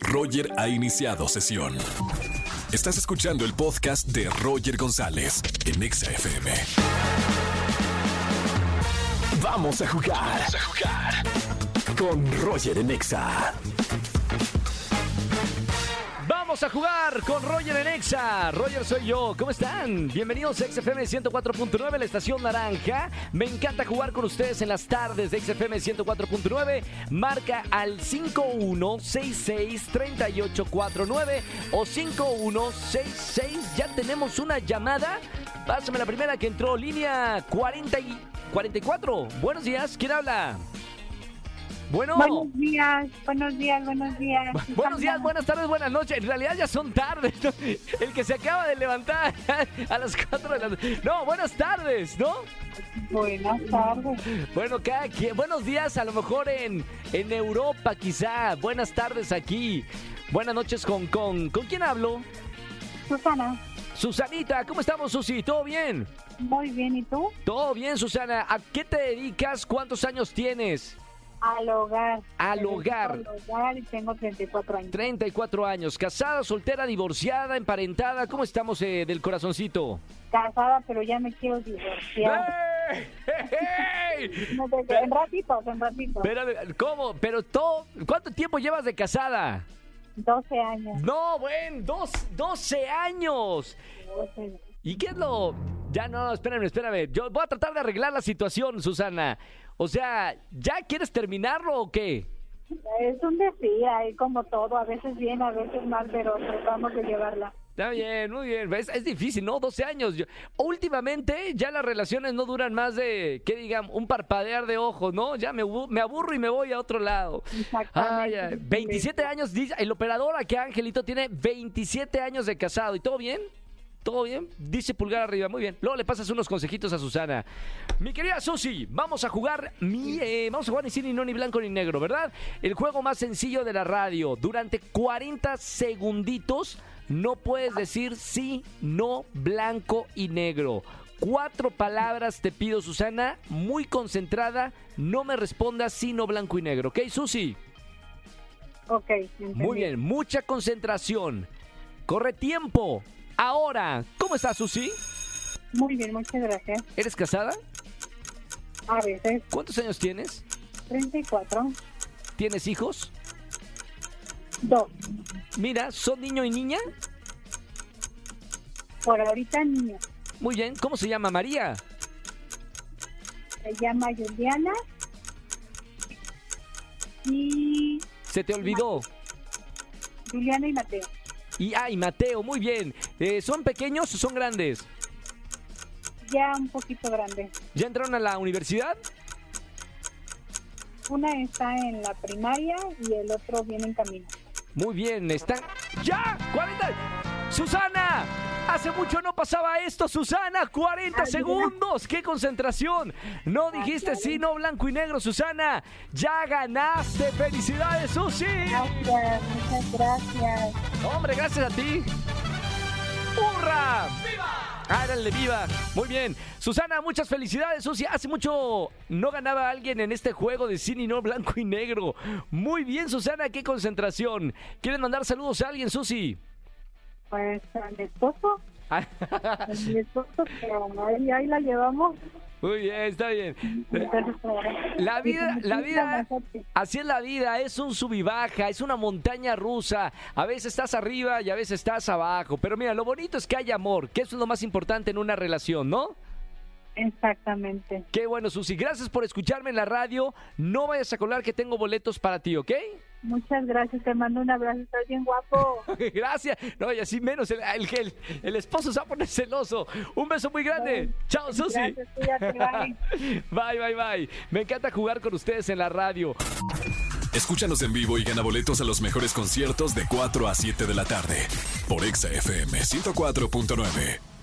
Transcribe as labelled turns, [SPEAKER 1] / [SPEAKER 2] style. [SPEAKER 1] Roger ha iniciado sesión. Estás escuchando el podcast de Roger González en Exa FM.
[SPEAKER 2] Vamos a jugar. Vamos a jugar. Con Roger en Exa.
[SPEAKER 3] Vamos a jugar con Roger en Exa. Roger soy yo. ¿Cómo están? Bienvenidos a XFM 104.9, la estación naranja. Me encanta jugar con ustedes en las tardes de XFM 104.9. Marca al 5166-3849 o 5166. Ya tenemos una llamada. Pásame la primera que entró, línea 40 y 44. Buenos días, ¿quién habla? Bueno.
[SPEAKER 4] Buenos días, buenos días, buenos días.
[SPEAKER 3] Buenos días, buenas tardes, buenas noches. En realidad ya son tardes. ¿no? El que se acaba de levantar a las 4 de la tarde. No, buenas tardes, ¿no?
[SPEAKER 4] Buenas tardes.
[SPEAKER 3] Bueno, cada quien- Buenos días, a lo mejor en, en Europa, quizá. Buenas tardes aquí. Buenas noches, Hong Kong. ¿Con quién hablo?
[SPEAKER 4] Susana,
[SPEAKER 3] Susanita, ¿cómo estamos, Susi? ¿Todo bien?
[SPEAKER 4] muy bien, ¿y tú?
[SPEAKER 3] Todo bien, Susana. ¿A qué te dedicas? ¿Cuántos años tienes?
[SPEAKER 4] Al hogar.
[SPEAKER 3] Al
[SPEAKER 4] Me dedico
[SPEAKER 3] hogar.
[SPEAKER 4] Al hogar y tengo 34 años.
[SPEAKER 3] 34 años, casada, soltera, divorciada, emparentada. ¿Cómo estamos eh, del corazoncito?
[SPEAKER 4] Casada, pero ya me quiero divorciar.
[SPEAKER 3] ¡Ey!
[SPEAKER 4] No, de- de- en ratitos, en ratitos.
[SPEAKER 3] Pero, ¿cómo? Pero todo, ¿cuánto tiempo llevas de casada?
[SPEAKER 4] 12 años.
[SPEAKER 3] No, buen, dos, 12 años.
[SPEAKER 4] 12.
[SPEAKER 3] ¿Y qué es lo? Ya no, espérame, espérame. Yo voy a tratar de arreglar la situación, Susana. O sea, ¿ya quieres terminarlo o qué?
[SPEAKER 4] Es un decir, ahí como todo, a veces bien, a veces mal, pero tratamos de llevarla.
[SPEAKER 3] Está bien, muy bien. Es, es difícil, ¿no? 12 años. Yo- últimamente ya las relaciones no duran más de, que digan, un parpadear de ojos, ¿no? Ya me, abu- me aburro y me voy a otro lado. Ay,
[SPEAKER 4] Exactamente.
[SPEAKER 3] ay, 27 años, dice- el operador aquí, Angelito, tiene 27 años de casado. ¿Y todo bien? ¿Todo bien? Dice pulgar arriba, muy bien. Luego le pasas unos consejitos a Susana. Mi querida Susi, vamos a jugar, mi- eh, vamos a jugar ni sí, ni no, ni blanco, ni negro, ¿verdad? El juego más sencillo de la radio. Durante 40 segunditos no puedes decir sí, no, blanco y negro. Cuatro palabras te pido, Susana, muy concentrada. No me respondas sí, no, blanco y negro. ¿Ok, Susi?
[SPEAKER 4] Ok, entendí.
[SPEAKER 3] Muy bien, mucha concentración. Corre tiempo. Ahora, ¿cómo estás, Susi?
[SPEAKER 4] Muy bien, muchas gracias.
[SPEAKER 3] ¿Eres casada?
[SPEAKER 4] A veces,
[SPEAKER 3] ¿Cuántos años tienes?
[SPEAKER 4] 34,
[SPEAKER 3] ¿Tienes hijos?
[SPEAKER 4] 2.
[SPEAKER 3] Mira, ¿son niño y niña?
[SPEAKER 4] Por ahorita, niño.
[SPEAKER 3] Muy bien, ¿cómo se llama María?
[SPEAKER 4] se llama Juliana. Y
[SPEAKER 3] Se te olvidó.
[SPEAKER 4] Juliana y Mateo.
[SPEAKER 3] Y ay, Mateo, muy bien. Eh, ¿Son pequeños o son grandes?
[SPEAKER 4] Ya un poquito grande.
[SPEAKER 3] ¿Ya entraron a la universidad?
[SPEAKER 4] Una está en la primaria y el otro viene en camino.
[SPEAKER 3] Muy bien, están. ¡Ya! ¡40! ¡Susana! Hace mucho no pasaba esto, Susana. 40
[SPEAKER 4] Ay,
[SPEAKER 3] segundos. ¡Qué concentración! No dijiste sí, no blanco y negro, Susana. Ya ganaste. ¡Felicidades, Susi!
[SPEAKER 4] Gracias, muchas gracias.
[SPEAKER 3] Hombre, gracias a ti. ¡Hurra! ¡Viva! ¡Árale, viva! Muy bien. Susana, muchas felicidades, Susi. Hace mucho no ganaba alguien en este juego de cine no blanco y negro. Muy bien, Susana, qué concentración. ¿Quieren mandar saludos a alguien, Susi?
[SPEAKER 4] Pues a mi esposo, a mi esposo, pero ahí, ahí la llevamos.
[SPEAKER 3] Muy bien, está bien.
[SPEAKER 4] Entonces, ahora-
[SPEAKER 3] La vida,
[SPEAKER 4] Muchísimas
[SPEAKER 3] la vida,
[SPEAKER 4] gracias.
[SPEAKER 3] así es la vida, es un sub y baja, es una montaña rusa. A veces estás arriba y a veces estás abajo. Pero mira, lo bonito es que hay amor, que eso es lo más importante en una relación, ¿no?
[SPEAKER 4] Exactamente.
[SPEAKER 3] Qué bueno, Susi. Gracias por escucharme en la radio. No vayas a colar que tengo boletos para ti, ¿ok?
[SPEAKER 4] Muchas gracias, te mando un abrazo, estás bien guapo.
[SPEAKER 3] Gracias. No, y así menos el, el, el- el esposo se va a poner celoso. Un beso muy grande.
[SPEAKER 4] Bye.
[SPEAKER 3] Chao, Susi.
[SPEAKER 4] Gracias, cuídate, bye.
[SPEAKER 3] Bye, bye, bye. Me encanta jugar con ustedes en la radio.
[SPEAKER 1] Escúchanos en vivo y gana boletos a los mejores conciertos de 4 a 7 de la tarde por Exa FM 104.9.